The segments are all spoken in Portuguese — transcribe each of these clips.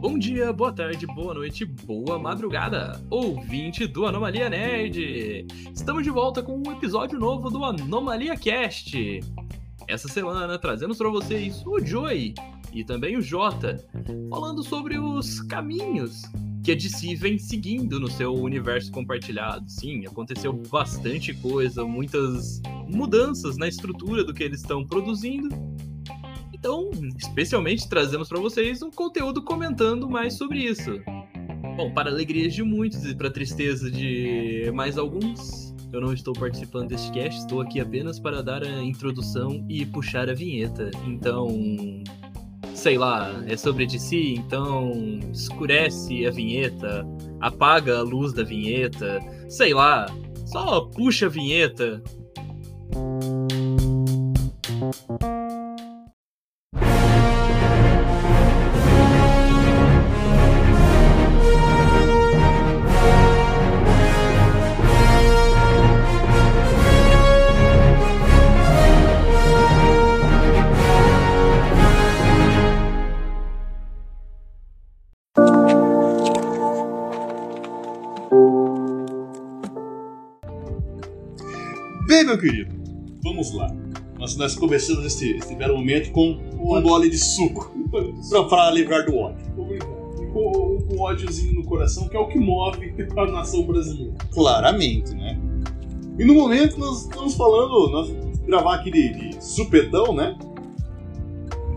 Bom dia, boa tarde, boa noite, boa madrugada, ouvinte do Anomalia Nerd! Estamos de volta com um episódio novo do Anomalia Cast. Essa semana trazemos para vocês o Joey e também o Jota, falando sobre os caminhos que a DC vem seguindo no seu universo compartilhado. Sim, aconteceu bastante coisa, muitas mudanças na estrutura do que eles estão produzindo. Então, especialmente trazemos para vocês um conteúdo comentando mais sobre isso. Bom, para alegrias de muitos e para tristeza de mais alguns, eu não estou participando deste cast, estou aqui apenas para dar a introdução e puxar a vinheta. Então, sei lá, é sobre DC, então escurece a vinheta, apaga a luz da vinheta, sei lá, só puxa a vinheta. Bem, meu querido, vamos lá. Nós, nós começamos este, este belo momento com um gole de suco Um pra, pra livrar do ódio. Obrigado. Com o com o ódiozinho no coração, que é o que move a nação brasileira. Claramente, né? E no momento nós estamos falando, nós vamos gravar aqui de, de supetão, né?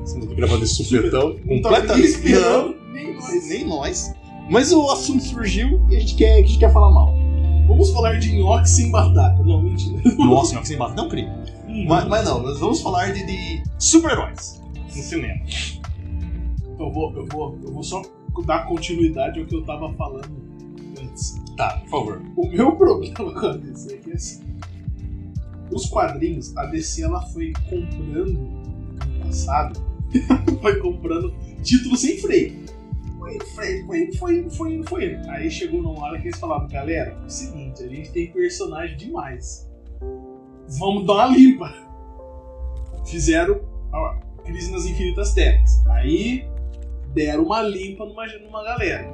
Estamos aqui gravando de supetão, completamente. Não, tá nem mas nós. nem nós. Mas o assunto surgiu e a gente quer, a gente quer falar mal. Vamos falar de nhoque sem batata. Não, mentira. Nossa, não, que sem bate, não crime. Mas, mas não, nós vamos falar de, de super-heróis no cinema. Então, eu, vou, eu, vou, eu vou só dar continuidade ao que eu tava falando antes. Tá, por favor. O meu problema com a DC é que assim, os quadrinhos, a DC ela foi comprando no passado, foi comprando título sem freio. Foi indo, foi, foi, indo, foi, indo, foi, indo, foi. indo. Aí chegou numa hora que eles falavam, galera, é o seguinte, a gente tem personagem demais. Vamos dar uma limpa. Fizeram a Crise nas Infinitas Terras. Aí deram uma limpa numa, numa galera.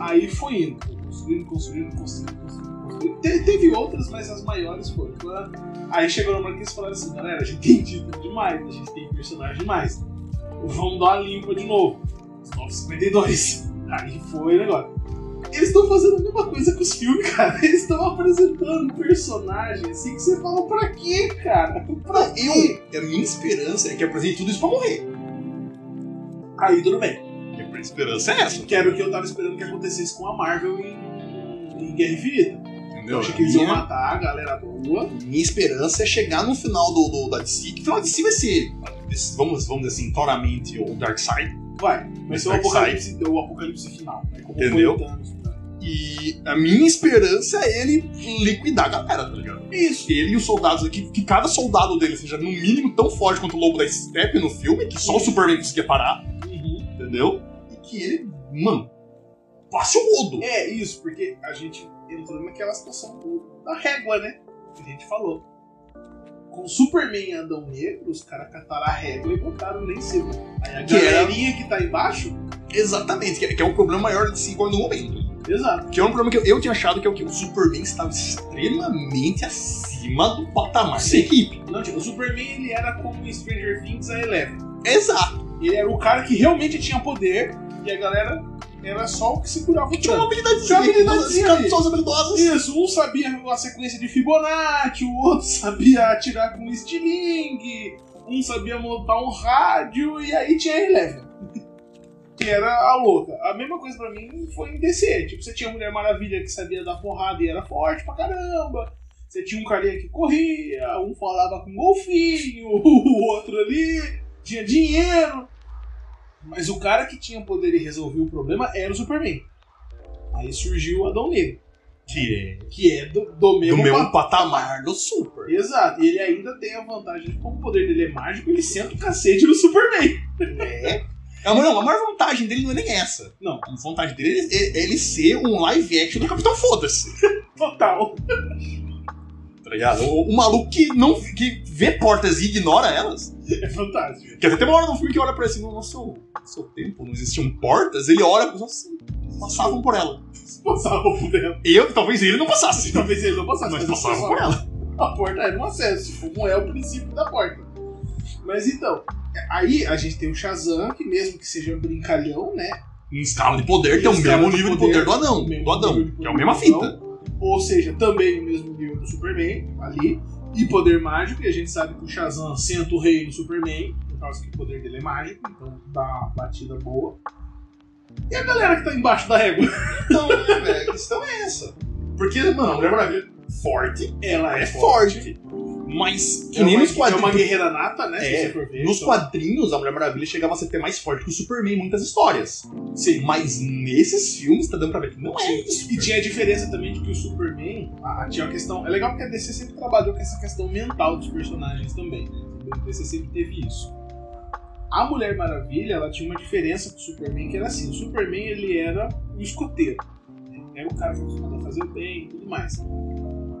Aí foi indo, construindo, construindo, construindo, construindo. construindo. Te- teve outras, mas as maiores foram. Agora, Aí chegou na hora que eles falaram assim: galera, a gente tem título demais, a gente tem personagem demais. Vamos dar uma limpa de novo. Os 952. Aí foi o negócio. Eles estão fazendo a mesma coisa com os filmes, cara. Eles estão apresentando personagem assim que você fala: pra quê, cara? Pra quê? Eu, a minha esperança é que apresente tudo isso pra morrer. Aí tudo bem. E a minha esperança é essa, Que era o que eu tava esperando que acontecesse com a Marvel em, em Guerra Infinita. entendeu? Eu achei que eles iam matar a galera boa. minha esperança é chegar no final do, do- da DC, que o final da DC vai ser, esse, vamos, vamos dizer assim, claramente o Darkseid. Vai, vai ser o Dark Side. apocalipse, o apocalipse final. Né? Como Entendeu? Foi o Thanos, né? E a minha esperança é ele liquidar a galera, tá ligado? Isso. Ele e os soldados aqui, que cada soldado dele seja no mínimo tão forte quanto o lobo da Step no filme, que só o Superman conseguia parar, Uhum. entendeu? E que ele, mano, passe o rodo. É isso, porque a gente entrou naquela situação do- da régua, né? Que a gente falou. Com Superman e Adão Negro, os caras cataram a régua e botaram lá em cima. Aí a Que era- galerinha que tá embaixo, Exatamente, que é, que é um problema maior da DC agora no momento. exato. Que é um problema que eu, eu tinha achado que é o que? O Superman estava extremamente acima do patamar Sim. da equipe. Não, tipo, o Superman ele era como o Stranger Things a Eleven. Exato. Ele era o cara que realmente tinha poder e a galera era só o que segurava o Que tinha uma tranco. habilidade Então, Tinha uma habilidadezinha ali. pessoas habilidosas. Isso, um sabia a sequência de Fibonacci, o outro sabia atirar com estilingue, um sabia montar um rádio, e aí tinha a Eleven. Que era a louca. A mesma coisa pra mim foi em DC. Tipo, você tinha a Mulher Maravilha que sabia dar porrada e era forte pra caramba. Você tinha um carinha que corria, um falava com golfinho, o outro ali tinha dinheiro. Mas o cara que tinha poder e resolvia o problema era o Superman. Aí surgiu o Adão Negro Que que é do, do é do mesmo mesmo papel. patamar do Super. Exato, e ele ainda tem a vantagem de como o poder dele é mágico, ele senta o cacete no Superman. É. A maior, a maior vantagem dele não é nem essa. Não. A vantagem dele é, é ele ser um live action do Capitão Foda-se. Total. tá ligado? O, o maluco que, não, que vê portas e ignora elas. É fantástico. Quer dizer, tem uma hora no filme que olha pra ele assim, no seu, no seu tempo não existiam portas, ele olha pra assim, passavam por ela. Passava por ela. Eu, talvez ele não passasse, Talvez ele não passasse, mas mas passavam passava por ela. a porta era um acesso, como é o princípio da porta. Mas então, aí a gente tem o Shazam, que mesmo que seja brincalhão, né? Em escala de poder, tem o Em escala mesmo de nível de poder, poder do mesmo anão, do nível Adão, de que é a poder mesma do fita. Adão, Ou seja, também o mesmo nível do Superman, ali. E poder mágico, e a gente sabe que o Shazam senta o rei no Superman, por causa que o poder dele é mágico, então dá uma batida boa. E a galera que tá embaixo da régua? Então, né, velho, a questão é essa. Porque, mano, a Mulher Maravilha forte, Ela é é forte. forte. Mas, que é nem uma, nos É uma quadrinhos. guerreira nata, né? É, se você for ver. Nos então- quadrinhos, a Mulher Maravilha chegava a ser até mais forte que o Superman em muitas histórias. Sim. Mas nesses filmes tá dando pra ver que não é Sim. isso. E tinha a diferença também de que o Superman ah, tinha uma questão. É legal porque a DC sempre trabalhou com essa questão mental dos personagens também. Né? A DC sempre teve isso. A Mulher Maravilha, ela tinha uma diferença com o Superman, que era assim: o Superman ele era um escoteiro. né? Era o cara que acostumado a fazer o bem e tudo mais.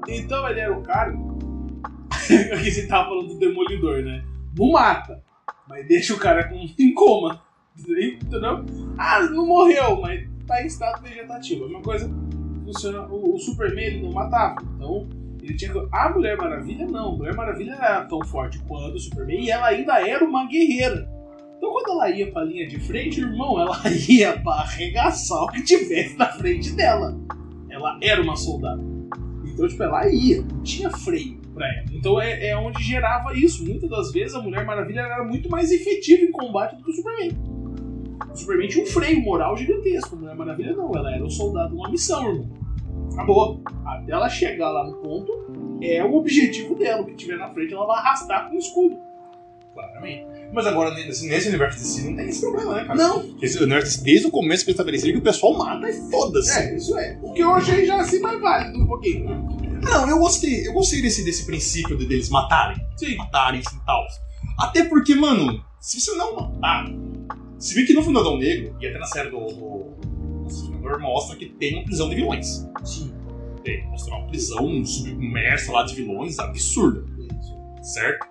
Então ele era o cara. Aqui você tava falando do Demolidor, né? Não mata, mas deixa o cara com, em coma. Entendeu? Ah, não morreu, mas tá em estado vegetativo. É uma coisa que funciona. O, o Superman ele não matava. Então, ele tinha que. A Mulher Maravilha não. A Mulher Maravilha não era tão forte quanto o Superman e ela ainda era uma guerreira. Então, quando ela ia pra linha de frente, irmão, ela ia pra arregaçar o que tivesse na frente dela. Ela era uma soldada. Então, tipo, ela ia, não tinha freio pra ela. Então é, é onde gerava isso. Muitas das vezes a Mulher Maravilha era muito mais efetiva em combate do que o Superman. O Superman tinha um freio moral gigantesco. A Mulher Maravilha não, ela era um soldado, uma missão, irmão. Acabou. Até ela chegar lá no ponto, é o objetivo dela. O que tiver na frente, ela vai arrastar com o escudo. Claramente. Mas agora, nesse, nesse universo DC, não tem esse problema, né, cara? Não, Porque Esse universo DC, desde o começo foi estabelecido que o pessoal mata e foda-se. é, isso é. O que eu achei já assim mais válido um pouquinho. né? Não, eu gostei. Eu gostei desse, desse princípio de, deles matarem. Sim. Matarem e tal. Até porque, mano, se você não matar. Se vê que no filme do Adão Negro, e até na série do. do do Senador, mostra que tem uma prisão de vilões. Sim. Tem, mostra uma prisão submersa lá de vilões absurda. certo?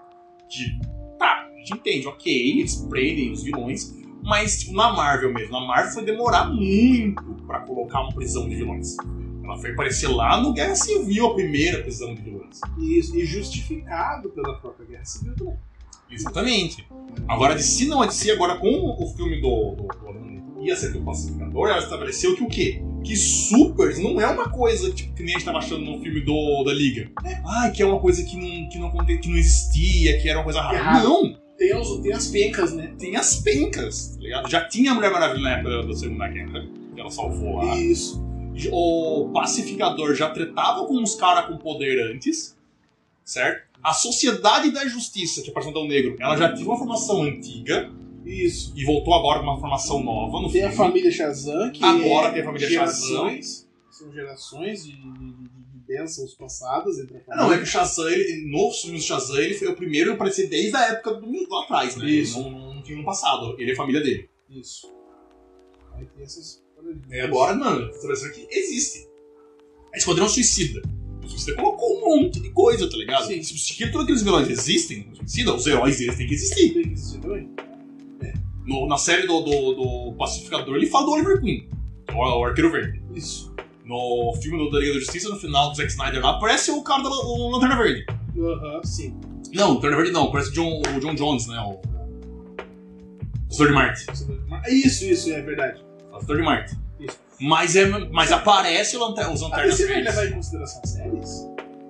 De, tá, a gente entende, ok, eles prendem os vilões, mas tipo, na Marvel mesmo, na Marvel foi demorar muito pra colocar uma prisão de vilões. Ela foi aparecer lá no Guerra Civil, a primeira prisão de vilões. E, isso- e justificado pela própria guerra civil também. Exatamente. Agora, de si não, a DC agora com o filme do, do, do Alan Moore e a série do Pacificador, ela estabeleceu que o quê? Que supers não é uma coisa tipo, que nem a gente tava achando no filme do, da Liga. Ah, que é uma coisa que não, que não, aconte- que não existia, que era uma coisa rara. Errado. Não! Tem, os, tem as pencas, né? tem as pencas, tá ligado? Já tinha a Mulher Maravilha na época da Segunda Guerra, que ela salvou lá. Isso. O Pacificador já tretava com uns caras com poder antes, certo? A Sociedade da Justiça, que é a Partido do Negro, ela já tinha uma formação antiga Isso. e voltou agora com uma formação nova no Tem filme. a família Shazam, que Agora é tem a família gerações, São gerações de, de, de- de bênçãos passadas entre a Ah, Não, é família. que o Shazam, ele, no filme do Shazam, ele foi o primeiro a aparecer desde a época do lá atrás, né? Isso. Não, não tinha um passado, ele é a família dele. Isso. Aí tem essas. É, agora, mano, estabelecendo que existe. A Esquadrão Suicida. O Suicida colocou um monte de coisa, tá ligado? Sim. Se se que todos aqueles vilões existem, no Suicida, os heróis deles têm que existir. Tem que existir também? No- na série do, do, do Pacificador, ele fala do Oliver Queen, o, o Arqueiro Verde. Isso. No filme do da Liga da Justiça, no final do Zack Snyder lá, aparece o cara da Lan- o Lanterna Verde. Aham, sim. Não, Lanterna Verde não, parece o John, o John Jones, né? O. O Senhor de Marte. Isso, isso, é verdade. O Senhor de Marte. Isso. Mas, é, mas aparece o Lanter- os A Lanternas DC Ah, vai levar Verdes. em consideração séries?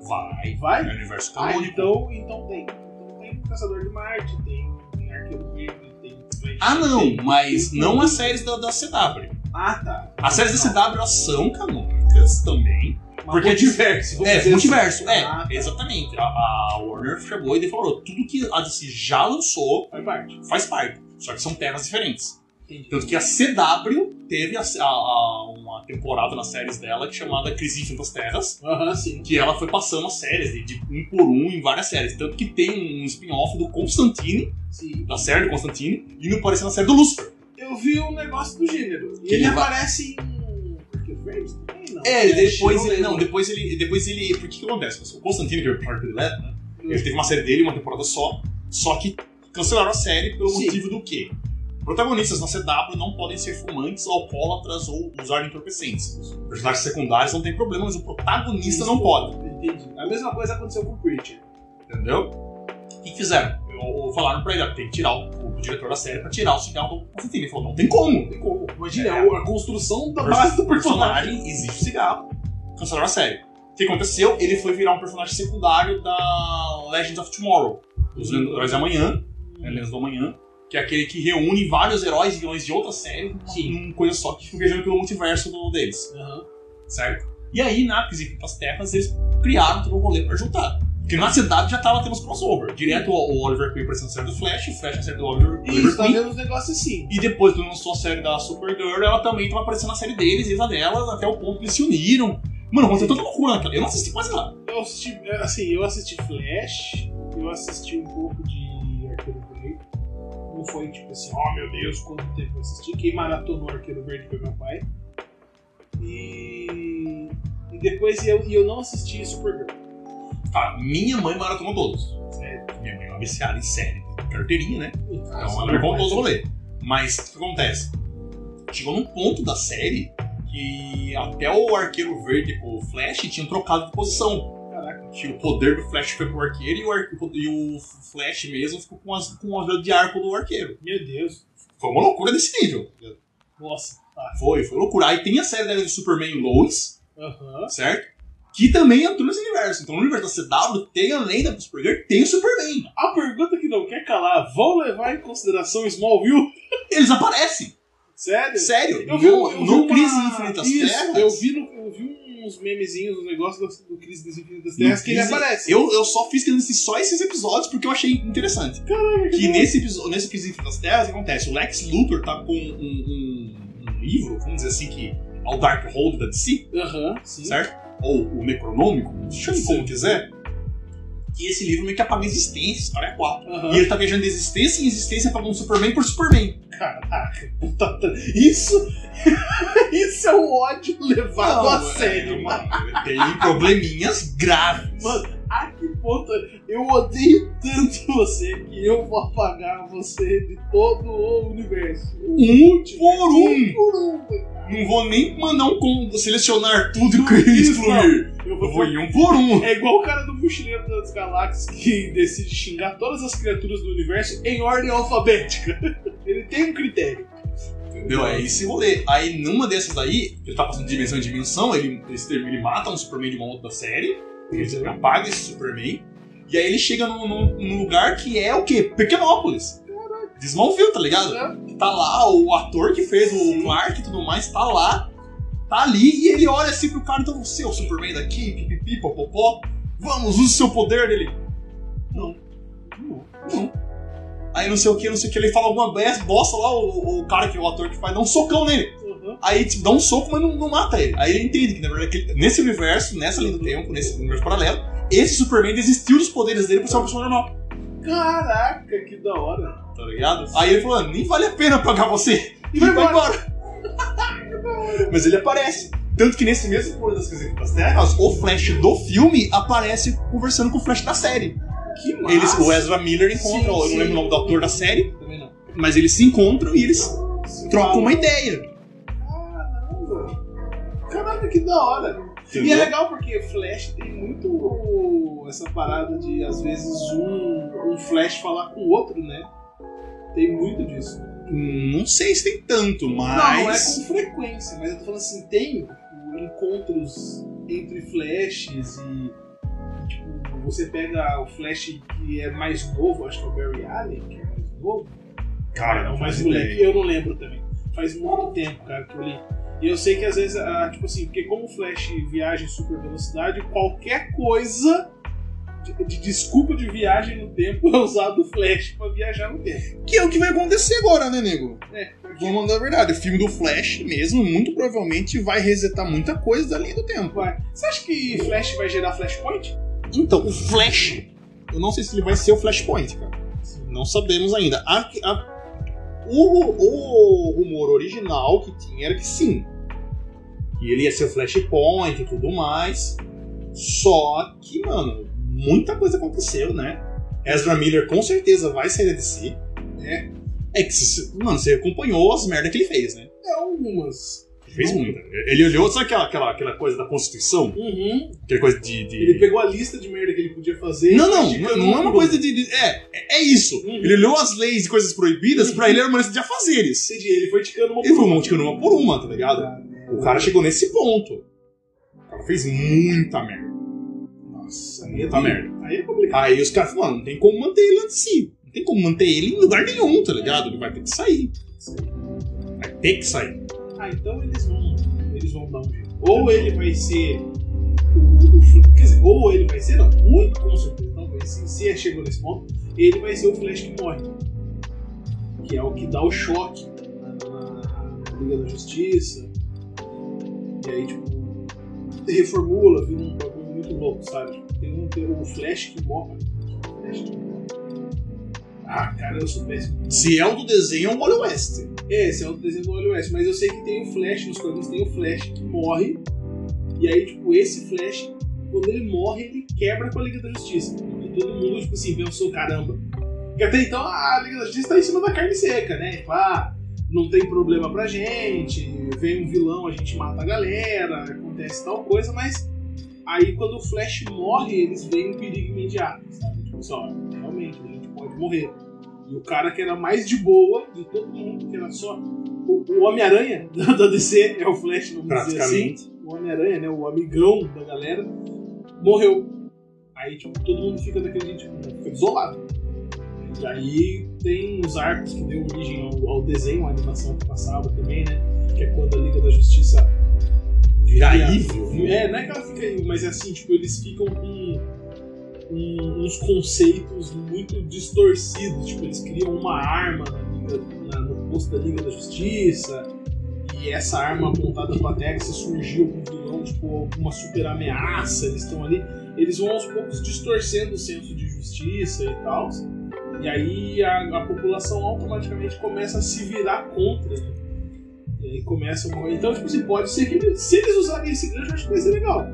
Vai. né? Vai? É o universo Ah, canônico. então, então tem. Então tem Caçador de Marte, tem, tem Arqueiro Verde, tem. tem- Ah, não, tem- mas Uhum. não as séries da, da CW. Ah, tá. As séries da CW elas são canônicas também. Mas Porque é vou- diverso. vou É, dizer- assim. multiverso. É, Ah, tá. exatamente. A, a Warner chegou e falou: tudo que a DC já lançou Faz parte. faz parte. Só que são terras diferentes. Entendi. Tanto que a CW teve a- a- a- uma temporada nas séries dela que é chamada Crise em Infinitas Terras, Aham, sim. que ela foi passando as séries de, de um por um em várias séries. Tanto que tem um spin-off do Constantine, Sim. da série do Constantine, e não apareceu na série do Lucifer. Eu vi um negócio do gênero. E Que ele ele vai- aparece em. Arqueiro Verde também? Não. É, ele- Eu depois lembro. ele. Não, depois ele. Depois ele. Por que que acontece? O Constantino, que é o Parker Leto, né? Ele teve uma série dele, uma temporada só. Só que cancelaram a série pelo Sim. motivo do quê? Protagonistas na CW não podem ser fumantes, alcoólatras ou usar entorpecentes. Personagens secundários não tem problema, mas o protagonista é não pode. Entendi. A mesma coisa aconteceu com o Preacher. Entendeu? O que que fizeram? Eu- falaram pra ele, ó, tem que tirar o, o diretor da série pra tirar o cigarro do Constantino. Ele falou, não tem como, não tem como. Imagina, É. a construção da Perso- base do personagem. personagem existe o cigarro. Cancelaram a série. O que aconteceu? Ele foi virar um personagem secundário da Legends of Tomorrow. Os Uhum. Lendários da Manhã. Né, Lendas do Amanhã. Que é aquele que reúne vários heróis e vilões de outras séries Sim. num coisa só, que ficam viajando pelo multiverso do- deles. Aham. Certo? E aí, na aquisição das terras, eles criaram todo um rolê pra juntar. Porque na cidade já tava tendo os crossover. Direto o- o Oliver Queen aparecendo na série do Flash, o Flash na série do Oliver, Oliver Isso, tá Queen. vendo os negócios assim. E depois que lançou a série da Supergirl, ela também tava aparecendo na série deles, eles a delas, até o ponto que eles se uniram. Mano, aconteceu tanta loucura naquela. Eu não assisti quase nada. Eu assisti, é, assim, eu assisti Flash, eu assisti um pouco de Arqueiro Verde. Não foi tipo assim, oh meu Deus, quanto tempo eu assisti. Quem maratonou Arqueiro Verde foi meu pai. E, e depois eu, e eu não assisti Supergirl. Tá, minha mãe maratonou todos. Sério. Minha mãe é uma viciada em série, carteirinha, né? Então ela levou todos os rolês. Mas o que acontece? Chegou num ponto da série que até o arqueiro verde com o Flash tinham trocado de posição. Caraca. Que o poder do Flash foi pro arqueiro e o, arque- e o Flash mesmo ficou com, as, com a de arco do arqueiro. Meu Deus. Foi uma loucura desse nível. Nossa. Tá. Foi, foi loucura. Aí tem a série dela do Superman Lois, Aham. certo? Que também entrou nesse universo. Então no universo da CW tem além da Supergirl, tem o Superman. A pergunta que não quer calar, vão levar em consideração Smallville? Eles aparecem. Sério? Sério. Eu vi, no eu vi no uma- Crise Infinitas Isso, Terras. Eu vi, no- eu vi uns memezinhos, um negócio do, do Crise das Infinitas no Terras que ele Crise- aparece. Eu, eu só fiz que eu assisti só esses episódios porque eu achei interessante. Que nesse episódio, nesse Crise Infinitas Terras, o que acontece? O Lex Luthor tá com um, um- um livro, vamos dizer assim, que é o Dark Hold da DC. Aham, sim. certo? Ou o Necronômico, chame como quiser. E esse livro meio que apaga existências, cara, é quatro. Aham. E ele tá viajando de existência em existência pagando Superman por Superman. Caraca, puta, tra- tá, isso, isso é o ódio levado a sério, é, mano. mano. Tem é, probleminhas graves. Mano, a que ponto é- eu odeio tanto você que eu vou apagar você de todo o universo. um por um. Por um, velho. Não vou nem mandar um combo, selecionar tudo e Isso, excluir. eu Eu vou vou em um por um. É igual o cara do Mochileiro das Galáxias que decide xingar todas as criaturas do universo em ordem alfabética. Ele tem um critério. Entendeu? É esse rolê. Aí numa dessas aí, ele tá passando de dimensão em dimensão, ele, esse termo, ele mata um Superman de uma outra série, ele apaga esse Superman, e aí ele chega num, num- num lugar que é o quê? Pequenópolis. Desmoveu, tá ligado? Tá lá o ator que fez Sim. o Clark e tudo mais, tá lá, tá ali, e ele olha assim pro cara, então você é o Superman daqui, pipipi, popopó, vamos, use o seu poder dele. Não. Não. Não. Aí não sei o que, não sei o que, ele fala alguma bes- bosta lá, o, o cara que é o ator que faz, dá um socão nele. Uhum. Aí tipo, dá um soco, mas não, não mata ele. Aí ele entende que, na verdade, é que ele- nesse universo, nessa linha do tempo, nesse universo paralelo, esse Superman desistiu dos poderes dele por ser uma pessoa normal. Caraca, que da hora. Tá ligado? Aí ele falou: nem vale a pena pagar você. E vai embora. mas ele aparece. Tanto que nesse mesmo Poder das Crises das Terras, o Flash do filme aparece conversando com o Flash da série. Que massa. Eles, o Ezra Miller Sim, encontra, eu sim. não lembro o nome do ator da série, Também não. mas eles se encontram e eles trocam uma ideia. é, Caramba. Caraca, que da hora. E é legal porque Flash tem muito essa parada de, às vezes, um, um Flash falar com o outro, né? Tem muito disso. hum, Não sei se tem tanto, mas. Não, não é com frequência, mas eu tô falando assim, tem tipo, encontros entre Flashes e. Tipo, você pega o Flash que é mais novo, acho que é o Barry Allen, que é mais novo. Cara, não Mas faz eu não lembro- ideia. eu não lembro também. Faz muito tempo, cara, que eu li. E eu sei que às vezes, ah, tipo assim, porque como o Flash viaja em super velocidade, qualquer coisa de, de desculpa de viagem no tempo é usado o Flash pra viajar no tempo. Que é o que vai acontecer agora, né, nego? É, porque Vou mandar a verdade. O filme do Flash mesmo, muito provavelmente, vai resetar muita coisa da linha do tempo. vai. Você acha que Flash vai gerar Flashpoint? Então, o Flash, eu não sei se ele vai ser o Flashpoint, cara. Não sabemos ainda. A- a- o, o rumor original que tinha era que sim. E ele ia ser o Flashpoint e tudo mais. Só que, mano, muita coisa aconteceu, né? Ezra Miller com certeza vai sair da DC. Né? É que, se- se- mano, você acompanhou as merdas que ele fez, né? É algumas. Ele fez muita. Ele olhou, sabe aquela, aquela, aquela coisa da Constituição? Uhum. Aquela coisa de. de- Ele pegou a lista de merda que ele podia fazer. Não, não, e não, não é uma coisa de. de- é, é isso. Uhum. Ele olhou as leis e coisas proibidas, pra ele era uma lista de afazeres. Entendi, Ele foi ticando uma Ele foi um monticando uma por uma, tá ligado? O cara chegou nesse ponto. O cara fez muita merda. Nossa, aí é Muita merda. Aí é complicado. Aí os caras falaram, não tem como manter ele lá de si. Não tem como manter ele em lugar nenhum, tá ligado? Ele vai ter que sair. Vai ter que sair. Ah, então eles vão. Eles vão dar um jeito. Ou ele vai ser. O, o, Fl- quer dizer, ou ele vai ser, não, muito com certeza, talvez, se, se é- chegou nesse ponto, ele vai ser o Flash que morre. Que é o que dá o choque na, na Liga da Justiça. E aí, tipo, reformula, vira um bagulho muito louco, sabe? Tem um tem o Flash que morre. O Flash que morre. Ah, cara, eu sou péssimo. com nome. Se é o do desenho, é o Wally West. É, esse é outro desenho do Olho West, mas eu sei que tem o Flash, nos quadrinhos tem o Flash que morre, e aí, tipo, esse Flash, quando ele morre, ele quebra com a Liga da Justiça. E todo mundo, tipo assim, pensou, caramba. Porque até então a Liga da Justiça tá em cima da carne seca, né? Tipo, ah, não tem problema pra gente, vem um vilão, a gente mata a galera, acontece tal coisa, mas aí quando o Flash morre, eles veem um perigo imediato, sabe? Tipo, só, realmente, a gente pode morrer. E o cara que era mais de boa de todo mundo, que era só. O, o Homem-Aranha da da DC é o Flash, vamos dizer assim Praticamente. o Homem-Aranha, né? O amigão da galera, morreu. Aí, tipo, todo mundo fica daquele jeito, tipo, fica isolado. E aí tem os arcos que deu origem ao, ao desenho, à animação que passava também, né? Que é quando a Liga da Justiça. Virar Yeah. evil. É, não é que ela fica aí, mas é assim, tipo, eles ficam com um- uns conceitos muito distorcidos. Tipo, eles criam uma arma na Liga- na- no posto da Liga da Justiça e essa arma apontada pra terra, se surgiu algum vilão, tipo, alguma super ameaça, eles estão ali, eles vão aos poucos distorcendo o senso de justiça e tal. E aí a, a população automaticamente começa a se virar contra, né? E aí começa uma coisa. Então, tipo assim, pode ser que se eles usarem esse gancho, eu acho que vai ser legal.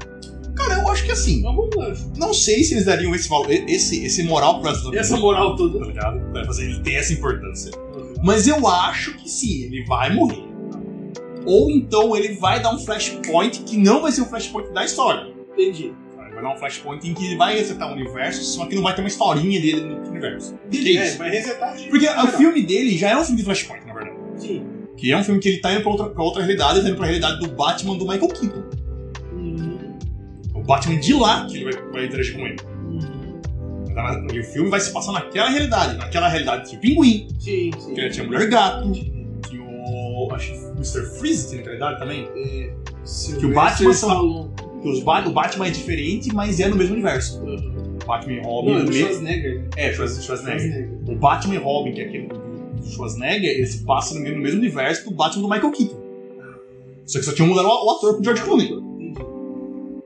Cara, eu acho que assim. É um bom gancho. Não sei se eles dariam esse, val- esse, esse moral pra essa Essa moral toda. tá ligado? Vai fazer ele ter essa importância. Mas eu acho que sim, ele vai morrer. Ou então ele vai dar um flashpoint que não vai ser o flashpoint da história. Entendi. Vai dar um flashpoint em que ele vai resetar o universo, só que não vai ter uma historinha dele no universo. Que É, isso? vai resetar de. Porque o geral. filme dele já é um filme de flashpoint, na verdade. Sim. Que é um filme que ele tá indo pra outra, pra outra realidade, ele tá indo pra realidade do Batman do Michael Keaton. Hum, O Batman de lá que ele vai, vai interagir com ele. hum. E o filme vai se passar naquela realidade. Naquela realidade tinha o Pinguim, Sim, que sim. ele tinha a Mulher Gato, tinha o. Acho que o Mr. Freeze tinha naquela realidade também. Sim. É, Que o Batman são- É, Stallone. Porque os Ba- o Batman é diferente, mas é no mesmo universo. O Batman e Robin. Não, é no do mesmo- Schwarzenegger. né? É, Schwarzen- Schwarzenegger. O Batman e Robin, que é aquele do Schwarzenegger, eles se passam no mesmo universo do Batman do Michael Keaton. Só que só tinha mudado o o ator pro George Clooney. Entendi.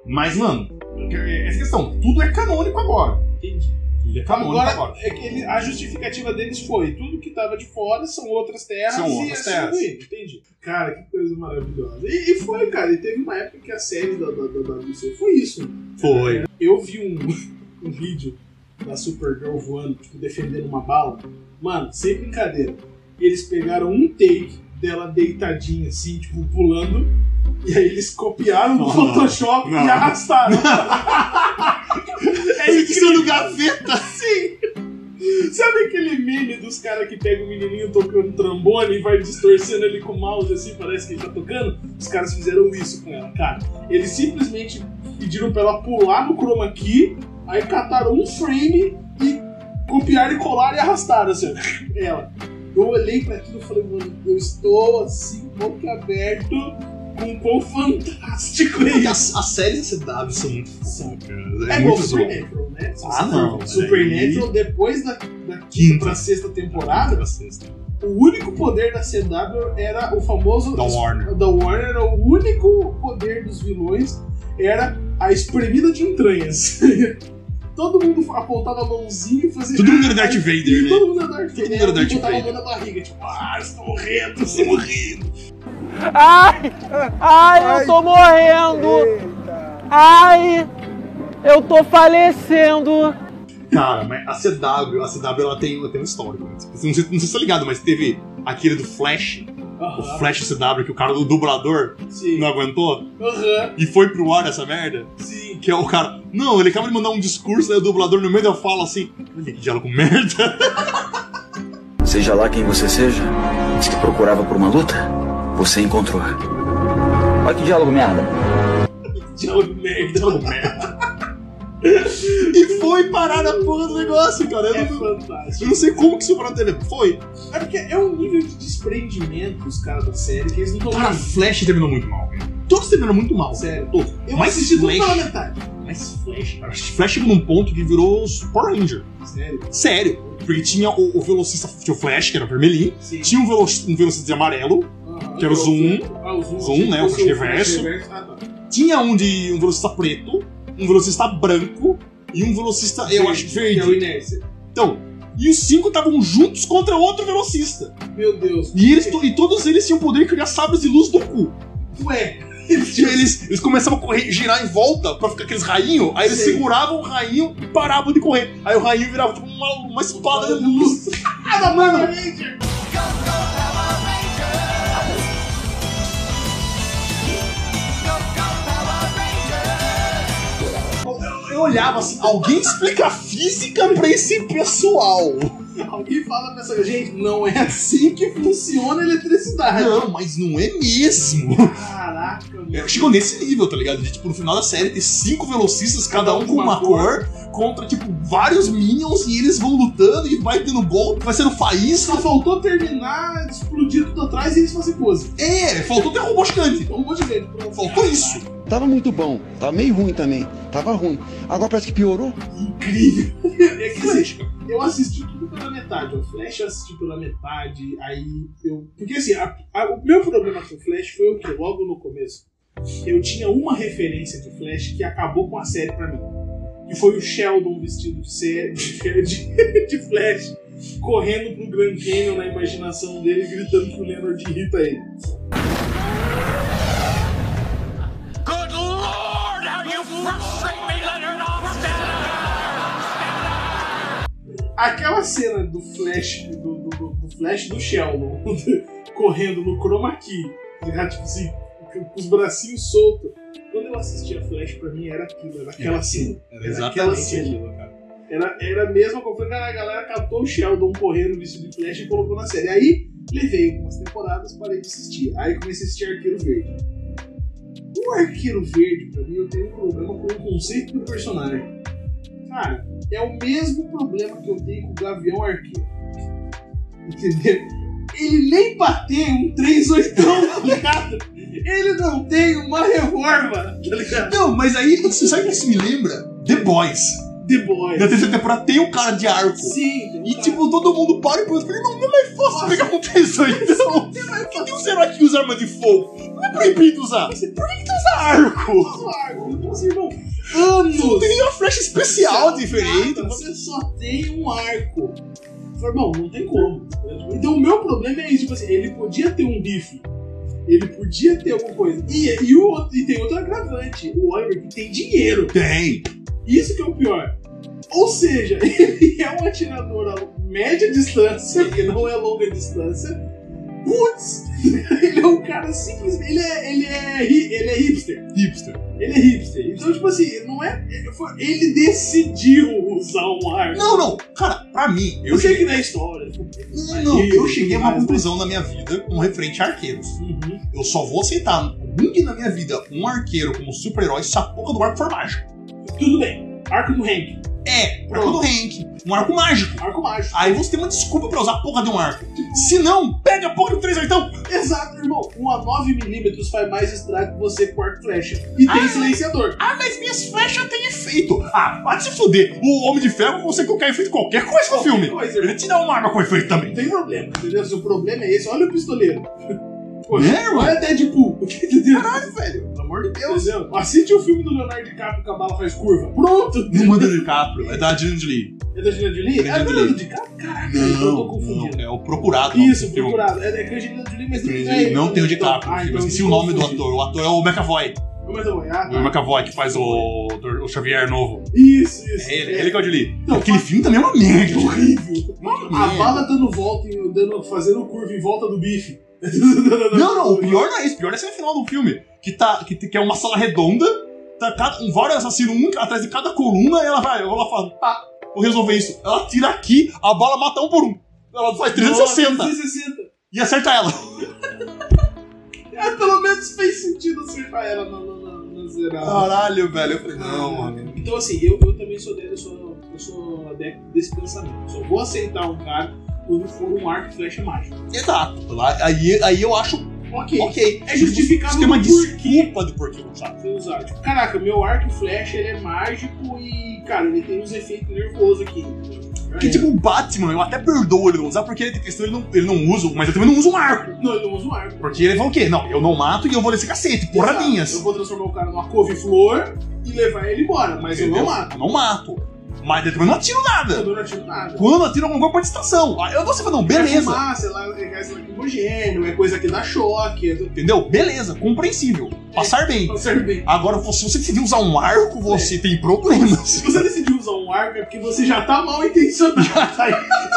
Mas, mano, é essa questão. Tudo é canônico agora. Entendi. Tudo é canônico Agora- agora. É que ele- a justificativa deles foi: tudo que tava de fora são outras terras São e outras assim terras. foi. Entendi. Cara, que coisa maravilhosa. E, e foi, cara. E teve uma época que a série da, da, da WC foi isso. né? Foi. Eu vi um, um vídeo da Supergirl voando, tipo, defendendo uma bala. Mano, sem brincadeira. Eles pegaram um take dela deitadinha, assim, tipo, pulando. E aí eles copiaram do Não. Photoshop Não. e arrastaram. É isso do gaveta! Sabe aquele meme dos caras que pega o menininho tocando trombone e vai distorcendo ele com o mouse assim, parece que ele tá tocando? Os caras fizeram isso com ela, cara. Eles simplesmente pediram pra ela pular no chroma key, aí cataram um frame e copiaram e colaram e arrastaram assim, ó, ela. Eu olhei pra aquilo e falei, mano, eu estou assim, boca aberto, com quão fantástico é E isso. as, as séries da CW são muito Sabe? fodas. É É, igual muito zoado. Supernatural, né? Ah, não, mas Supernatural, depois da, da quinta Quinta. pra sexta temporada, o único poder da CW era o famoso. Da Warner. Da Warner era o único poder dos vilões era a espremida de entranhas. Todo mundo apontava a mãozinha e fazia. Todo mundo era Darth E Vader, né? todo mundo era Darth Todo Vader. mundo era Darth botava a mão Vader. na barriga, tipo, ah, estou morrendo. Tô morrendo. Ai! Ai, eu tô morrendo! Eita! Ai! Eu tô falecendo! Cara, mas a CW, a CW ela tem, ela tem um histórico. né? Não sei, não sei se você tá ligado, mas teve aquele do Flash, o Aham, Flash CW, que o cara do dublador sim. não aguentou Aham, e foi pro ar essa merda. sim. Que é o cara. Não, ele acaba de mandar um discurso, aí o dublador no meio da fala assim. Olha que diálogo merda. Seja lá quem você seja, se procurava por uma luta, você encontrou. Olha que diálogo merda. Diálogo merda. Diálogo merda. e foi parar a porra do negócio, cara. Eu É não, eu fantástico. não sei como que isso parou na TV. Foi. É porque é um nível de desprendimento os caras da série que eles não estão Cara, Flash terminou muito mal, velho. Todos terminaram muito mal. Sério. Todos. Eu mas assisti tudo Flash- pela metade. Mas Flash, cara. Flash chegou num ponto que virou Power Ranger. Sério. Sério. Porque tinha o, o velocista, tinha o Flash, que era vermelhinho. Sim. Tinha um, velo, um velocista de amarelo. Aham. que era o Zoom. Ah, o Tipo, Zoom. Zoom, achei que né, o fosse Flash Reverso. Ah, tá. Tinha um de um velocista preto, um velocista branco e um velocista, eu acho, Que é o verde. Inércia. Então, e os cinco estavam juntos contra outro velocista. Meu Deus. E, eles, to- e todos eles tinham o poder de criar sabres de luz do cu. Ué. Eles, tinham- eles, eles começavam a correr, girar em volta pra ficar aqueles rainhos, aí eles Sei. seguravam o rainho e paravam de correr. Aí o rainho virava tipo uma, uma espada de luz. Nada, Ah, mano. Eu olhava assim, alguém explica a física pra esse pessoal. Alguém fala pra essa gente, não é assim que funciona a eletricidade. Não, mas não é mesmo. Caraca, mano. É, Chegou nesse nível, tá ligado? De, tipo, no final da série ter cinco velocistas, cada um com uma cor, contra, tipo, vários minions e eles vão lutando e vai tendo golpe, vai sendo faísca. Só faltou terminar, explodir tudo atrás e eles fazem pose. É, faltou ter robô gigante. Um monte de gente. pronto. Faltou isso. Tava muito bom, tava meio ruim também. Tava ruim. Agora parece que piorou. Incrível. É que assim, Flash, cara. eu assisti tudo pela metade. O Flash eu assisti pela metade. Aí eu. Porque assim, a- a- o meu problema com o Flash foi o que? Logo no começo. Eu tinha uma referência de Flash que acabou com a série pra mim. E foi o Sheldon vestido de, série, de, de- de Flash, correndo pro Grand Canyon na imaginação dele, gritando que o Leonard irrita ele. Aquela cena do Flash, do, do- do- do Flash do Sheldon, correndo no chroma key, já, tipo assim, com os bracinhos soltos. Quando eu assistia Flash, pra mim era aquilo, era aquela cena. Era aquela cena. aquilo, cara. Era, era mesmo que eu falei, cara, a galera catou o Sheldon correndo vestido de Flash e colocou na série. Aí levei algumas temporadas, parei de assistir. Aí comecei a assistir Arqueiro Verde. O Arqueiro Verde, pra mim, eu tenho um problema com o conceito do personagem. Cara, é o mesmo problema que eu tenho com o Gavião Arqueiro. Entendeu? Ele nem bateu um 3 oitão, tá ligado? Ele não tem uma reforma, tá ligado? Não, mas aí, você sabe o que isso me lembra? The Boys. The Boy. Na terceira temporada tem um cara de arco. Sim, tá E cara. tipo, todo mundo para e pensa, não, não é fácil pegar um tesouro, então. Por que Deus será que usa arma de fogo? Não é proibido usar. Por que que tu usa arco? Claro, então, assim, irmão, anos! Tem uma flecha especial diferente. Nada, Você só tem um arco. Falei, irmão, não tem como. Então o meu problema é isso, tipo assim, ele podia ter um bife. Ele podia ter alguma coisa. E, e, o, outro- e tem outro agravante. O Oliver que tem dinheiro. Tem. Isso que é o pior. Ou seja, ele é um atirador a média distância, que não é longa distância. Putz! Ele é um cara simples. Ele é, ele é, hi- ele é hipster. Hipster. Ele é hipster. Então, tipo assim, não é. foi- Ele decidiu usar um ar. Não, não. Cara, pra mim, eu Eu sei cheguei. que na história. Não, não, Aí, eu cheguei a uma mas- conclusão na minha vida com referente a arqueiros. Uhum. Eu só vou aceitar algum dia na minha vida um arqueiro como super-herói se a porra do arco for mágico. Tudo bem. Arco do Hank. É, arco do Hank. Um arco mágico. Arco mágico. Aí você tem uma desculpa pra usar a porra de um arco. Se não, pega a porra do 3 então. Exato, irmão. Um a 9mm faz mais estrago que você com arco e flecha. E tem Ah, silenciador. Ah, mas minhas flechas têm efeito. Ah, pode se fuder. O Homem de Ferro consegue colocar efeito em qualquer coisa no filme. Coisa, irmão. Ele te dá uma arma com efeito também. Não tem problema, entendeu? Se o problema é esse, olha o pistoleiro. Poxa, Né, irmão? olha Deadpool. Entendeu? Caralho, velho. Pelo amor de Deus. Entendeu? Assiste o filme do Leonardo DiCaprio que a bala faz curva. Pronto. Não manda DiCaprio, é da Angelina Jolie. É da Gina Jolie? É Angelina do Jolie. Leonardo DiCaprio? Caraca, então eu tô Não, confundindo. não, é o procurado. Isso, o filme. procurado. É, é Angelina Jolie, mas Ele é, não tem o então- DiCaprio, Ah, mas então esqueci eu o nome do confundi. é ator. O ator é o McAvoy. É Eu vou dar uma olhada. O McAvoy que faz o, o Xavier novo. Isso, isso. É ele, ele que é o de Lee. Não, Aquele faz- filme também é uma merda. horrível. A merda. bala dando volta, em- dando, fazendo curva em volta do bife. Não, não, o pior não é isso. O pior é ser no final do filme. Que, tá, que, que é uma sala redonda, tá cada, um, vários assassinos, um atrás de cada coluna, e ela vai, eu vou lá e falo, tá, vou resolver isso. Ela tira aqui, a bala mata um por um. Ela faz 360 360. e acerta ela. É, pelo menos fez sentido acertar ela na, na, na, na zerada. Caralho, velho. Eu falei, Então, assim, eu, eu também sou dele, eu sou, eu sou adepto desse pensamento. Só vou aceitar um cara quando for um arco e flecha mágico. Exato. Lá- Aí, aí eu acho Ok. ok. É justificado Isso tem uma no porquê. desculpa do porquê não sabe. Você usar. Tipo, caraca, meu arco e flecha ele é mágico e, cara, ele tem uns efeitos nervosos aqui. É. Porque, tipo, o Batman, eu até perdoo ele não usar, porque ele, questão, ele, não, ele não usa, mas eu também não uso um arco. Não, ele não usa um arco. Porque ele vai o quê? Não, eu não mato e eu vou nesse cacete, porradinhas. Eu vou transformar o cara numa couve-flor e levar ele embora, mas eu não Entendeu? mato. Eu não mato. Mas eu também não atiro Eu nada. não atiro nada. Quando eu atiro alguma coisa pra distração. Ah, Eu não sei, mas não, É beleza. fumaça, é lá- é gás lacrimogêneo, é coisa que dá choque, é do- Entendeu? Beleza, compreensível. Passar bem. não serve bem. Agora, se você decidir usar um arco, você tem problemas. Se você decidiu usar um arco é porque você já tá mal intencionado.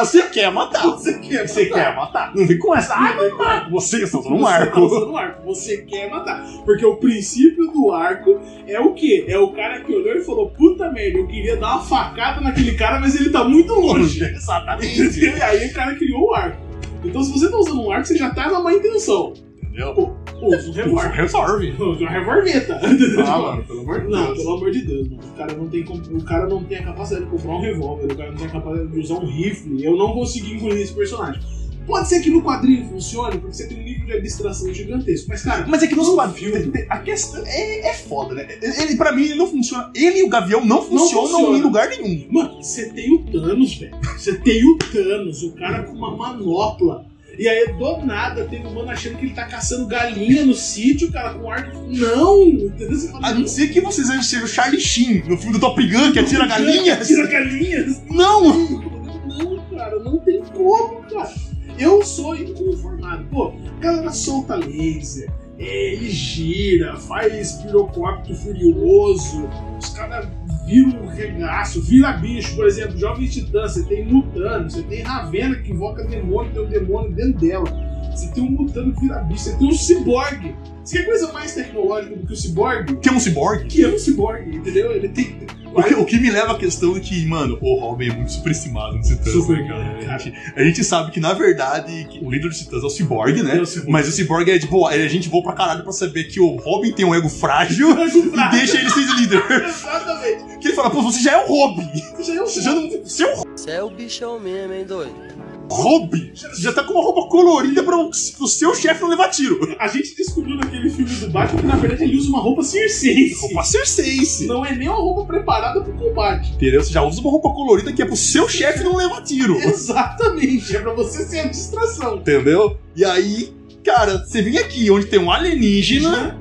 Você quer matar. Você quer Você quer matar. Não vem com essa. Ah, não mato. Você está usando um Você tá arco. usando um arco. Você quer matar. Porque o princípio do arco é o quê? É o cara que olhou e falou: puta merda, eu queria dar uma facada naquele cara, mas ele tá muito longe. um Exatamente. E aí o cara criou o arco. Então se você tá usando um arco, você já tá na má intenção. Entendeu? Pô, usa um Usa, revólver. Resolve. Usa uma revolveta. Ah, mano, pelo amor de Não, Deus. pelo amor de Deus, mano. O cara não tem, como- o cara não tem a capacidade de comprar um revólver, o cara não tem a capacidade de usar um rifle. Eu não consegui engolir esse personagem. Pode ser que no quadrinho funcione, porque você tem um nível de abstração gigantesco. Mas, cara, Mas é que nos quadrinhos, a questão é, é foda, né? Ele, pra mim, ele não funciona. Ele e o Gavião não funcionam funciona. em lugar nenhum. mano, você tem o Thanos, velho. Você tem o Thanos, o cara com uma manopla. E aí, do nada, tem um mano achando que ele tá caçando galinha no sítio, cara, com arco. Não! Entendeu? Você fala, A Ah, não ser que vocês sejam o Charlie Sheen no filme do Top Gun, que atira galinhas. Tira galinhas! Não! Não, cara, não tem como, cara. Eu sou inconformado. Pô, a galera solta laser, é, ele gira, faz pirocóptero furioso, os caras viram um regaço, vira bicho, por exemplo, Jovem Titã, você tem Mutano, você tem Ravena que invoca demônio, tem um demônio dentro dela. Você tem um Mutano que vira bicho, você tem um ciborgue. Você quer é coisa mais tecnológica do que o ciborgue? Que é um ciborgue. Que é um ciborgue, entendeu? Ele tem. O que, o que me leva à questão de que, mano, o Robin é muito superestimado nos Titãs. Super, né, cara. A gente, a gente sabe que, na verdade, que o líder dos Titãs é o Cyborg, né? É o ciborgue. Mas o Cyborg é de boa. Ele é gente boa pra caralho pra saber que o Robin tem um ego frágil e deixa ele ser líder. Exatamente. Que ele fala, pô, você já é o Robin. Já é um Você já não. Você é o Você é o bichão mesmo, hein, doido? Robin. Você já tá com uma roupa colorida pra o pro seu chefe não levar tiro. A gente descobriu naquele filme do Batman que na verdade ele usa uma roupa circense. Roupa circense. Não é nem uma roupa preparada pro combate. Entendeu? Você já usa uma roupa colorida que é pro seu chefe não levar tiro. Exatamente, é pra você ser a distração. Entendeu? E aí, cara, você vem aqui onde tem um alienígena,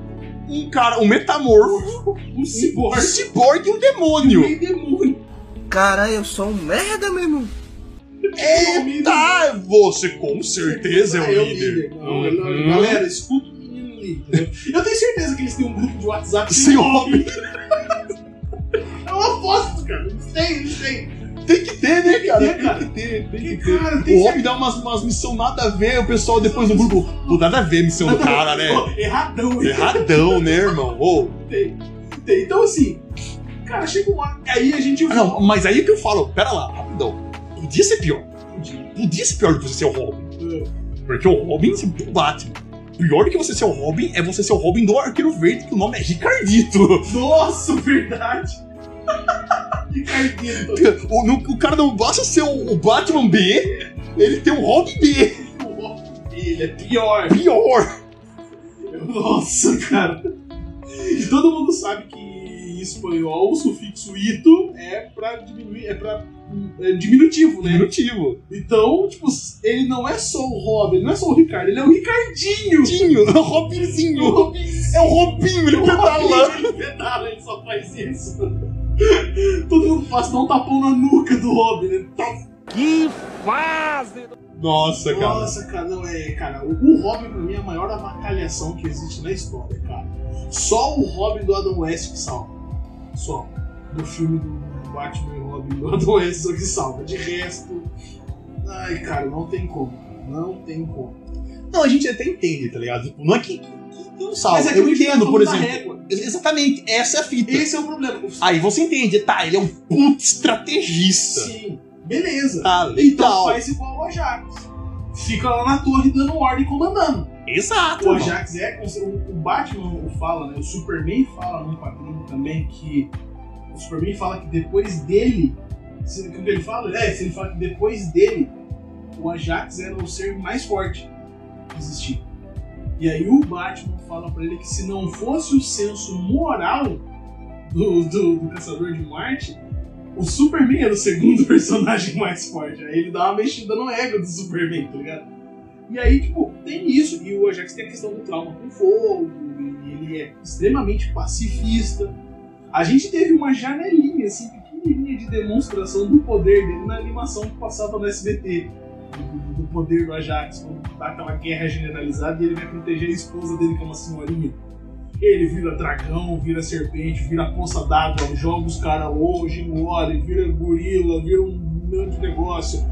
um cara, um metamorfo, Uhum. Um um ciborgue Uhum. ciborgue e um demônio. meio demônio. Cara, eu sou um merda, meu irmão. É um Eita, você com certeza é Ah, o líder. Não, não, Uhum. Galera, escuta o menino líder. né? Eu tenho certeza que eles têm um grupo de WhatsApp Sem Robin. Eu aposto, cara. Eles têm, eles têm. Tem que ter, né, cara? ter, cara. Tem que ter, tem que Porque, ter. cara, tem O homem dá umas, umas missão nada a ver, o pessoal depois no grupo. Pô, nada a ver a missão do cara, né? Pô, Erradão, hein? Erradão, né, irmão? Ô. Tem, tem. Então, assim, cara, chega uma hora. Aí a gente. Ah, não, mas aí é que eu falo, pera lá, rapidão. Podia ser pior. Podia, Podia ser pior do que você ser o Robin. Porque o Robin é o Batman. Pior do que você ser o Robin é você ser o Robin do Arqueiro Verde, que o nome é Ricardito. Nossa, verdade! Ricardito, O, no- o cara não basta ser o, o Batman B, ele tem o Robin B. ele é pior. Pior. Nossa, cara. E todo mundo sabe que em espanhol o sufixo ito é pra diminuir, é pra é diminutivo, né? Motivo. Então, tipo, ele não é só o Robin, ele não é só o Ricardo, ele é o Ricardinho. Tinho, é o É o Robinzinho. Robinzinho. É o Robinho, ele pedala. Ele pedala, ele só faz isso. Todo mundo passa dá um tapão na nuca do Robin. Ele né? tá... Que Quase! Nossa, cara. Nossa, cara, não é, cara. O, o Robin pra mim é a maior avacalhação que existe na história, cara. Só o Robin do Adam West que salva. Só. Do filme do Batman e Robin do Adam West só que salva. De resto. Ai, cara, não tem como. cara. Não tem como. Não, a gente até entende, tá ligado? Tipo, não é que, que, que não salva. Mas é que eu a gente tá entendo, por falando da exemplo. régua. Exatamente, essa é a fita. Esse é o problema. O- Aí você entende, tá, ele é um puto estrategista. Sim, beleza. Tá, Então legal. faz igual o Ajax. Fica lá na torre dando ordem e comandando. Exato. O irmão. Ajax é. cons- O o Batman fala, né? O Superman fala num quadrinho também que. O Superman fala que depois dele. Se, o que ele fala? É, se ele fala que depois dele, o Ajax era o ser mais forte que existia. E aí o Batman fala pra ele que se não fosse o senso moral do, do, do Caçador de Marte, o Superman era o segundo personagem mais forte. Aí ele dá uma mexida no ego do Superman, tá ligado? E aí, tipo, tem isso. E o Ajax tem a questão do trauma com fogo, e ele é extremamente pacifista. A gente teve uma janelinha, assim, pequenininha de demonstração do poder dele na animação que passava no SBT. Do, do poder do Ajax, quando tá aquela guerra generalizada e ele vai proteger a esposa dele, que é uma senhorinha. Ele vira dragão, vira serpente, vira poça d'água, joga os caras longe, engole, vira gorila, vira um grande negócio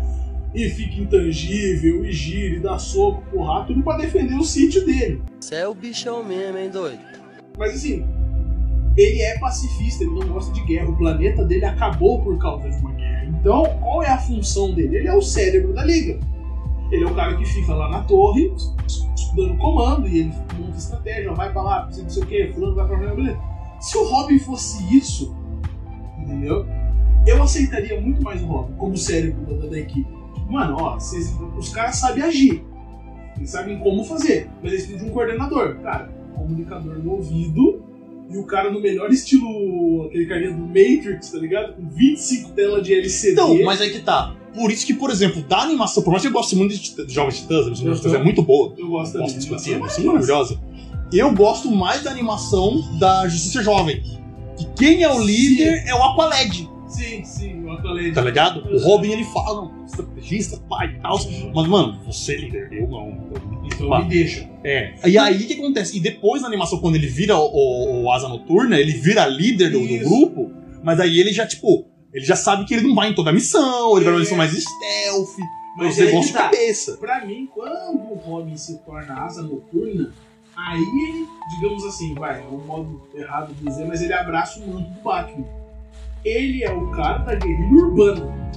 e fica intangível, e gira, e dá soco, porrada, tudo pra defender o sítio dele. Você é o bichão mesmo, hein, doido? Mas assim, ele é pacifista, ele não gosta de guerra, o planeta dele acabou por causa de uma guerra. Então, qual é a função dele? Ele é o cérebro da liga. Ele é o cara que fica lá na torre, dando comando, e ele monta estratégia, vai pra lá, não sei o que, fulano vai pra lá, beleza. Se o Robin fosse isso, entendeu? Eu aceitaria muito mais o Robin como cérebro da, da equipe. Mano, ó, vocês- os caras sabem agir. Eles sabem como fazer, mas eles precisam de um coordenador. Cara, comunicador no ouvido e o cara no melhor estilo, aquele carinha do Matrix, tá ligado? Com 25 telas de LCD. Então, mas é que tá. Por isso que, por exemplo, da animação, por mais que eu goste muito de, Titã- de Jovens Titãs, a animação de Jovens Uhum. Titãs é muito boa. eu gosto Eu também. gosto de discutir, é uma Mas- animação maravilhosa. Eu gosto mais da animação da Justiça Jovem. E quem é o líder é o Aqualed, Sim, sim, o Aqualed. tá ligado? O Uhum. Robin, ele fala, não, estrategista, pai e tal. Mas, mano, você é líder, eu não. Então Pá. me deixa. É. E aí o que acontece? E depois na animação, quando ele vira o, o- o Asa Noturna, ele vira líder do, do Isso. grupo, mas aí ele já, tipo, ele já sabe que ele não vai em toda a missão, ele É. vai numa missão mais stealth, Mas mas aí você que gosta de tá. cabeça. Pra mim, quando o Robin se torna asa noturna, aí ele, digamos assim, vai, é um modo errado de dizer, mas ele abraça o manto do Batman. Ele é o cara da guerrilha urbana.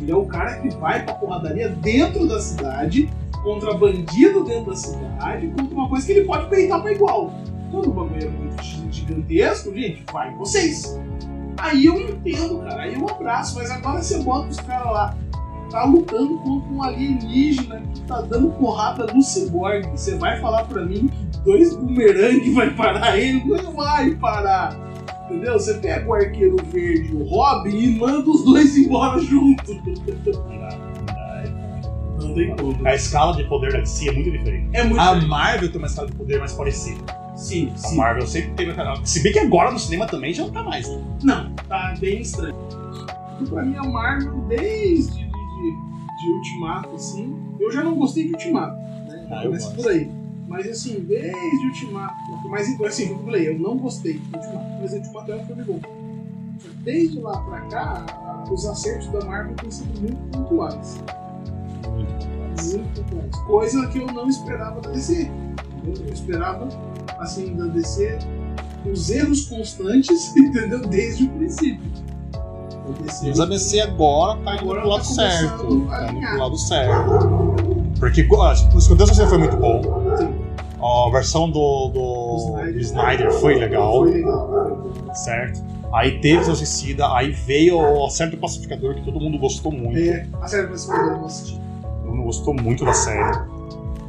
Ele é o cara que vai pra porradaria dentro da cidade, contra bandido dentro da cidade, contra uma coisa que ele pode peitar pra igual. Quando o bagulho é muito gi- gigantesco, gente, vai vocês. Aí eu entendo, cara, aí eu abraço, mas agora você bota os caras lá tá lutando contra um alienígena que tá dando porrada no cyborg. Você vai falar pra mim que dois bumerangue vai parar ele? Não vai parar. Entendeu? Você pega o arqueiro verde e o Robin e manda os dois embora junto. Não tem como. A escala de poder da DC é muito diferente. É muito A difícil. Marvel tem uma escala de poder mais parecida. Sim, A sim. Marvel sempre teve aquela. Se bem que agora no cinema também já não tá mais. né? Não, tá bem estranho. Então, Pra mim, a Marvel, desde de, de- de Ultimato, assim, eu já não gostei de Ultimato, né? Ah, eu Começa gosto. por aí. Mas, assim, desde Ultimato, mas então, assim, como eu falei, eu não gostei de Ultimato, mas Ultimato é um filme bom. Só que Desde lá pra cá, a- os acertos da Marvel têm sido muito pontuais. Muito pontuais. Coisa que eu não esperava da DC. entendeu? Eu esperava, assim, da DC os erros constantes, entendeu? Desde o princípio. Mas a DC agora tá indo Agora pro lado tá certo. começando a Tá indo pro alinhar. lado certo. Porque, ó, tipo, o Deus foi muito bom. A versão do, do Snyder. do Snyder foi legal, Foi legal. certo? Aí teve o Suicida, aí veio o Acerto do Pacificador, que todo mundo gostou muito. É, a série vai se mudar, eu não assisti. Todo mundo gostou muito da série.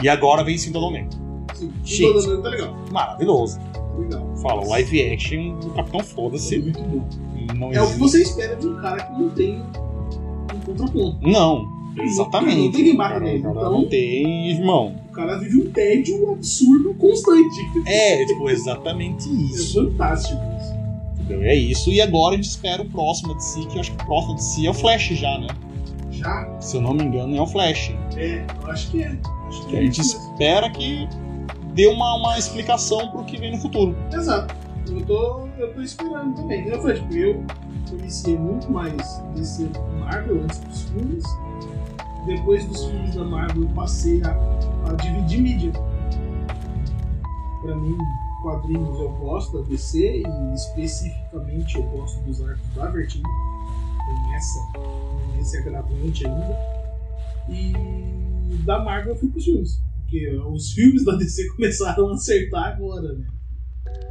E agora vem Cinturão Negro. Sim, Gente. Todo mundo tá legal. tá Maravilhoso. Legal. Fala, live action do Capitão É Foda-se. muito bom. É Não o que existe- você espera de um cara que não tem um contraponto. Não, exatamente. Não tem quem bata Cara, nele, cara, então- Não tem, irmão. O cara vive um tédio absurdo constante. É, tipo, exatamente isso. É fantástico isso. Entendeu? E é isso. E agora a gente espera o próximo de si, que eu acho que o próximo de si é o Flash já, né? já? Se eu não me engano, é o Flash. É, eu acho que é. Acho Que que a é gente isso espera que dê uma, uma explicação pro que vem no futuro. mesmo. Exato. Eu tô, eu tô esperando também. Eu falei, tipo, eu conheci muito mais DC do que Marvel antes dos filmes. Depois dos filmes da Marvel, eu passei a, a dividir mídia. Pra mim, quadrinhos eu gosto da DC e especificamente eu gosto dos arcos da Vertigo. Tem essa, tem esse agravante ainda. E da Marvel eu fui pros filmes. Porque os filmes da DC começaram a acertar agora, né?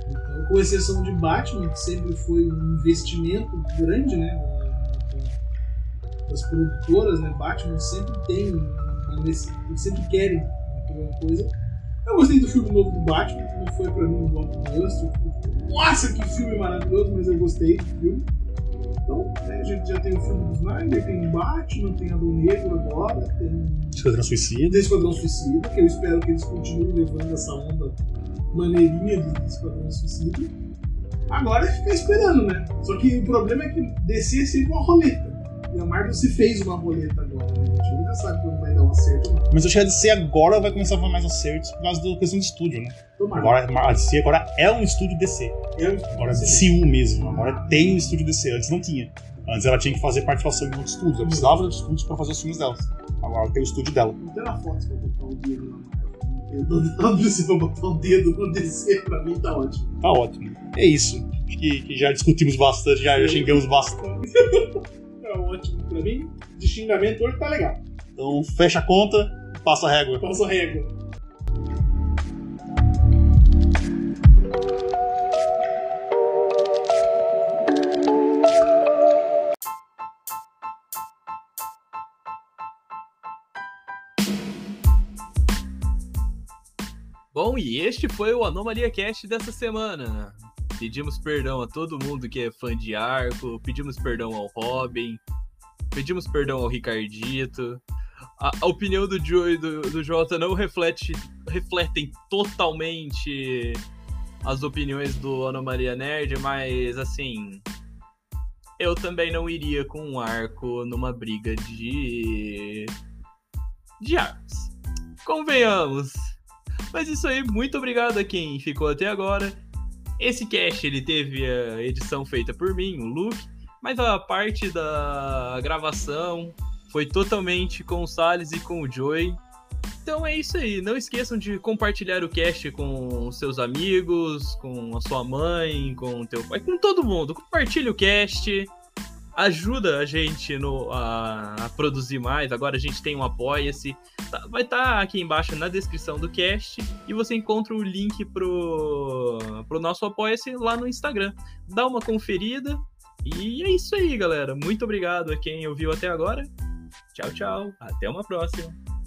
Então, com exceção de Batman, que sempre foi um investimento grande, né? da- da- Das produtoras, né? Batman sempre tem. uma nesse- Eles sempre querem aquela coisa. Eu gostei do filme novo do Batman, que não foi pra mim um blockbuster. tipo, Nossa, que filme maravilhoso, mas eu gostei do filme. Então, né, a gente já tem o filme do Snyder, tem o Batman, tem a do Negro agora, tem Esquadrão Suicida. do Esquadrão Suicida, que eu espero que eles continuem levando essa onda maneirinha do Esquadrão Suicida. Agora é ficar esperando, né? Só que o problema é que DC é sempre uma roleta. E a Marvel se fez uma roleta agora, né? A gente nunca sabe quando vai dar um acerto, não. Mas eu acho que a DC agora vai começar a fazer mais acertos por causa da questão de estúdio, né? Tomara. Agora a DC agora é um estúdio DC. eu, Agora é DCU mesmo. Agora tem um estúdio DC. Antes não tinha. Antes ela tinha que fazer participação em outros estúdios. Ela precisava de outros estúdios pra fazer os filmes dela. Agora ela tem o estúdio dela. não tem na foto pra botar o dedo na Marvel. Eu não preciso pra botar o dedo no DC, pra mim tá ótimo. Tá ótimo. É isso. Acho que, que já discutimos bastante, já, já xingamos bastante. Tá ótimo pra mim. De xingamento hoje tá legal. Então fecha a conta, passa a régua. Passa a régua. Bom, e este foi o Anomalia Cast dessa semana. Pedimos perdão a todo mundo que é fã de arco, pedimos perdão ao Robin, pedimos perdão ao Ricardito. A, a opinião do Joe e do, do Jota não reflete, refletem totalmente as opiniões do Anomalia Nerd, mas assim. Eu também não iria com um arco numa briga de. de arcos. Convenhamos. Mas isso aí, muito obrigado a quem ficou até agora. Esse cast ele teve a edição feita por mim, o Luke, mas a parte da gravação foi totalmente com o Salles e com o Joey. Então é isso aí, não esqueçam de compartilhar o cast com os seus amigos, com a sua mãe, com o teu pai, com todo mundo. Compartilhe o cast, ajuda a gente no- a, a produzir mais. Agora a gente tem um apoia-se. Tá- vai estar aqui embaixo na descrição do cast e você encontra o link pro, pro nosso apoia-se lá no Instagram. Dá uma conferida e é isso aí, galera. Muito obrigado a quem ouviu até agora. Tchau, tchau. Até uma próxima.